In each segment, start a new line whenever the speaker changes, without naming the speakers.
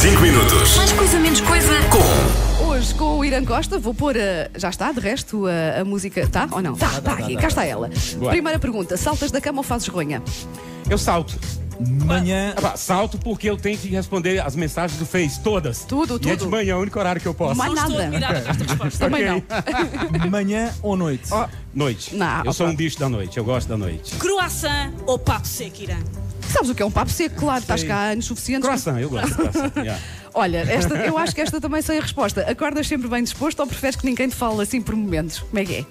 5 minutos
Mais coisa, menos coisa.
com
Hoje, com o Irã Costa, vou pôr a. Já está, de resto, eh, a, a música. Está ou
Tá,
não? Está, está aqui, cá está ela. Primeira pergunta: saltas da cama ou fazes ronha?
Eu salto.
Manhã.
Ah, pá, Salto porque eu tenho que responder as mensagens do Face, todas.
Tudo,
E é de
tudo.
manhã, o único horário que eu posso.
Mais nada.
admirada com esta resposta.
Também não.
Manhã ou noite?
Ó, noite.
Não,
eu sou
opa.
um bicho da noite, eu gosto da noite.
Croissant ou papo seco, Irã?
Sabes o que é um papo seco? Claro, estás cá há anos suficientes.
Croissant, eu gosto de croissant. yeah.
Olha, esta, eu acho que esta também sei a resposta. Acordas sempre bem disposto ou preferes que ninguém te fale assim por momentos? Como é que é?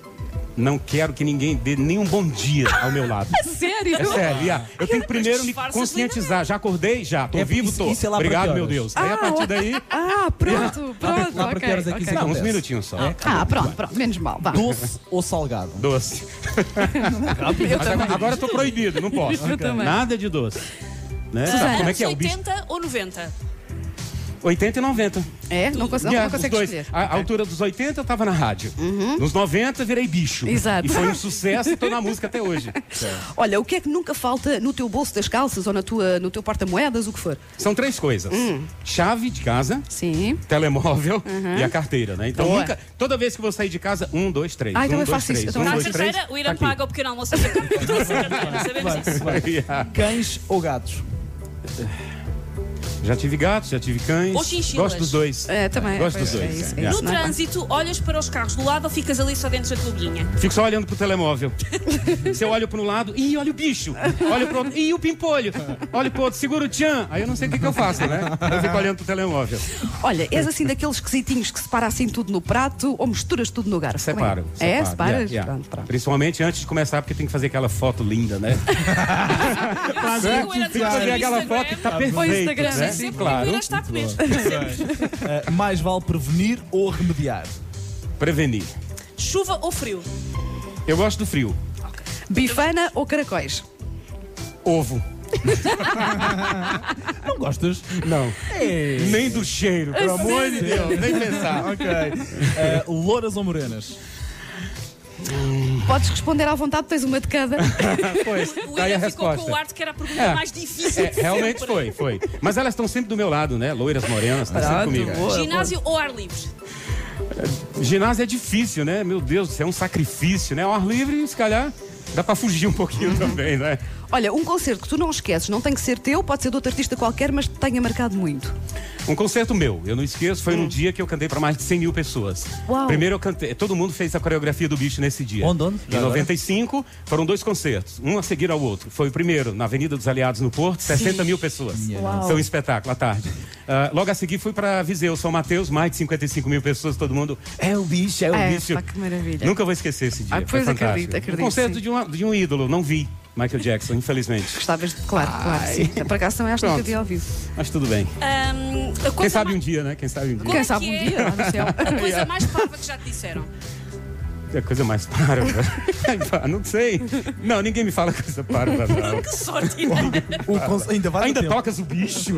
Não quero que ninguém dê nenhum bom dia ao meu lado.
Sério?
É sério, yeah. eu tenho que primeiro me
disfarça
conscientizar. Já acordei, já, tô
É,
vivo,
isso-
tô.
isso é lá para que
Obrigado, meu
horas?
Deus. Aí a partir daí,
Ah, pronto, pronto.
lá para que
ok,
horas é que
ok.
isso
não, uns
acontece. É.
minutinhos só.
Ah, pronto, pronto. Menos mal. Vá.
Doce ou salgado?
Doce.
Eu
Mas
também.
agora, agora eu tô proibido, não posso.
Eu também.
Nada de doce. Né?
Suzana.
Como é que é? O bicho
80 ou 90?
80 e 90.
É? Não, cons- não
Yeah, os
consegue
dois.
escolher. Uhum.
A, a altura dos 80 eu tava na rádio. Nos 90 virei bicho.
Exato.
E foi um sucesso e tô na música até hoje.
Olha, o que é que nunca falta no teu bolso das calças ou na tua, no teu porta-moedas, o que for?
São três coisas:
Hum.
chave de casa,
Sim.
telemóvel e a carteira, né? Então
Uhum. Boa.
nunca. Toda vez que vou sair de casa, um, dois, três.
Ah,
um,
então eu
dois,
faço isso,
três,
então eu
um,
Na
faço
dois, três.
terceira, o Irã
aqui.
paga o pequeno almoço. Eu sempre tenho doce em carteira, sabemos isso.
Yeah.
Cães ou gatos?
Já tive gatos, já tive cães.
Ou chinchilas.
Gosto dos dois.
É, também.
Gosto
Pois,
dos dois.
é isso, é
Yeah.
No
Não é fácil.
trânsito, olhas para os carros do lado ou ficas ali só dentro da tua guinha?
Fico só olhando pro telemóvel. Você olha para um lado, ih, olha o bicho. Olha pro outro, ih, o pimpolho. Olha pro outro, segura o tchan. Aí eu não sei o que, que eu faço, né? Eu fico olhando pro telemóvel.
Olha, és assim daqueles quesitinhos que separa assim tudo no prato ou misturas tudo no garfo?
Separo.
Como É, É,
separo.
separas?
Yeah, yeah.
Pronto, pronto.
Principalmente antes de começar, porque tem que fazer aquela foto linda, né?
Eu sigo o Irã
Tem que fazer aquela foto que tá perfeita.
Ou Instagram,
né?
sim,
Sempre que o
claro.
Irã está a comer.
Ah, mais vale prevenir ou remediar?
Prevenir.
Chuva ou frio?
Tá Eu gosto do frio.
Bifana ou caracóis?
Ovo.
Não gostas?
Não. Nem do cheiro, pelo amor de Deus. Nem pensar.
Ok. Ah, louras ou morenas?
Podes responder à vontade, tens uma de cada.
Pois,
O
daí a
Irã ficou com
resposta.
o ar de que era a pergunta
É.
mais difícil.
É, realmente foi, foi. Mas elas estão sempre do meu lado, né? Loiras, morenas, tá sempre comigo.
Ginásio ou ar livre?
Ginásio é difícil, né? Meu Deus, isso é um sacrifício, né? Ao ar livre, se calhar, dá pra fugir um pouquinho também, né?
Olha, um concerto que tu não esqueces, não tem que ser teu, pode ser de outro artista qualquer, mas que te tenha marcado muito.
Um concerto meu, eu não esqueço, foi num dia que eu cantei pra mais de 100 mil pessoas.
Hum. Uau.
Primeiro eu cantei, todo mundo fez a coreografia do bicho nesse dia.
Onde, onde?
Em 95, foram dois concertos, um a seguir ao outro. Foi o primeiro, na Avenida dos Aliados, no Porto, 60 mil pessoas.
Uau.
Foi um espetáculo à tarde. Ah, logo a seguir fui pra Viseu, São Mateus, mais de 55 mil pessoas, todo mundo. É o bicho, é o
É,
bicho.
pá, que maravilha.
Nunca vou esquecer esse dia.
Ah,
foi
pois acredito,
fantástico.
acredito,
Um concerto
sim.
de um, de um ídolo, não vi Michael Jackson, infelizmente.
Gostavas de. Claro, claro, sim. Para cá são estas que eu
Pronto.
vi ao vivo.
Mas tudo bem.
Ahm, a coisa
Quem sabe um
mais-
dia, né? Quem sabe um dia.
Como é
Quem
que
sabe um
é?
dia, lá no céu.
A coisa mais parva que já te disseram.
É coisa mais parva. Ah, não sei. Não, ninguém me fala coisa parva, não.
Que sorte, Irã.
É
O conse- Ainda vai dar
Ainda
tempo.
tocas o bicho?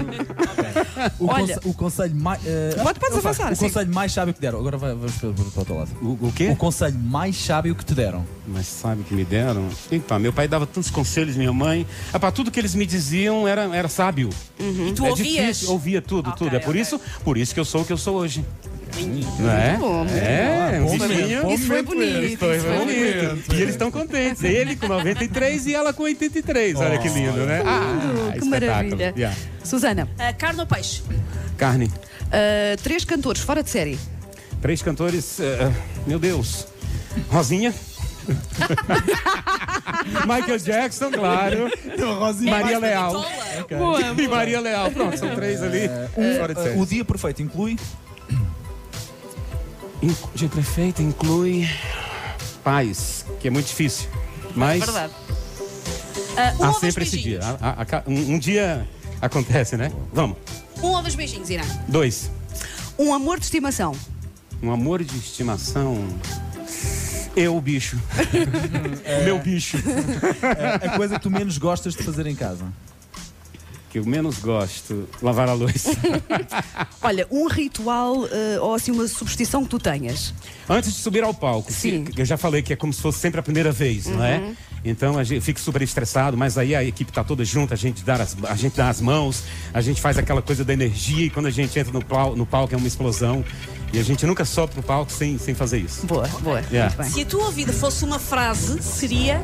O, conse-
Olha.
o conselho mais. ah,
Pode- podes
eu faço.
avançar,
O
sim.
conselho mais sábio que deram. Agora vai- vamos para para o outro lado.
O,
O conselho mais sábio que te deram.
Mas sabe o que me deram? Então, meu pai dava tantos conselhos, minha mãe. Ah, pá, tudo que eles me diziam era, era sábio.
E tu
é
ouvias?
difícil, ouvia tudo,
Ok,
tudo. É por
ok.
isso, por isso que eu sou o que eu sou hoje. Não é?
bom.
é, um
Bom momento,
bichinho.
bom
Isso foi
momento
bonito,
esse.
isso foi
Foi bonito. E eles estão contentes. Ele com 93 e ela com 83. Olha que lindo, né? Ah,
que
espetáculo.
maravilha.
Yeah.
Susana,
Ah, carne ou peixe?
Carne.
ah, três cantores fora de série.
Três cantores. eh, meu Deus. Rosinha. Michael Jackson, claro.
Então, Rosinha,
Maria
mais-
Leal.
Vitola?
E Maria Leal. Pronto, são três ali. É, Fora de
Ah,
série.
o dia perfeito inclui.
Inc- De prefeito inclui paz, que é muito difícil. Mas
É Verdade. Ah, um
há
ou dois
sempre esse dia.
beijinhos?
Há- há- há ca- um, um dia acontece, né? Vamos.
Um ou dois beijinhos, Irã.
Dois.
Um amor de estimação.
Um amor de estimação. Eu, o bicho. Meu bicho.
A a coisa que tu menos gostas de fazer em casa.
Que eu menos gosto, lavar a luz.
Olha, um ritual ah, ou assim uma superstição que tu tenhas.
Antes de subir ao palco,
Sim.
que- que eu já falei que é como se fosse sempre a primeira vez, não é? Então a gente fica super estressado, mas aí a equipe tá toda junta, a gente dá as, a gente dá as mãos, a gente faz aquela coisa da energia e quando a gente entra no, pau, no palco é uma explosão. E a gente nunca sobe pro palco sem, sem fazer isso.
Boa, boa.
Yeah.
Muito bem.
Se a tua vida fosse uma frase, seria.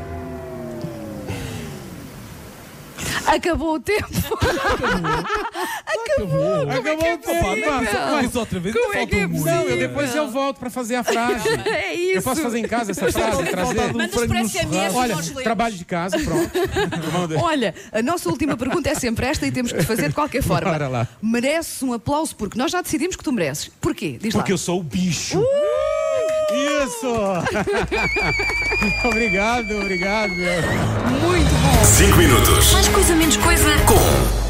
Acabou o tempo.
Acabou.
Acabou o tempo.
Passa, mais outra vez.
Como
ainda
é
falta
que é
um
possível?
Não, eu depois eu volto pra fazer a frase.
É
Eu
isso.
posso fazer em casa essa
tá
frase, trazer.
Manda
Mandas
um frango
para
no
SMS e
Olha,
nós lemos.
trabalho de casa, pronto. Manda.
Olha, a nossa última pergunta é sempre esta e temos que fazer de qualquer forma.
Bora lá.
Mereces um aplauso porque nós já decidimos que tu mereces. Porquê? Diz lá. Uh!
Porque eu sou o bicho. Isso! obrigado, obrigado. meu.
Muito bom.
5 minutos.
Mais coisa, menos coisa.
Com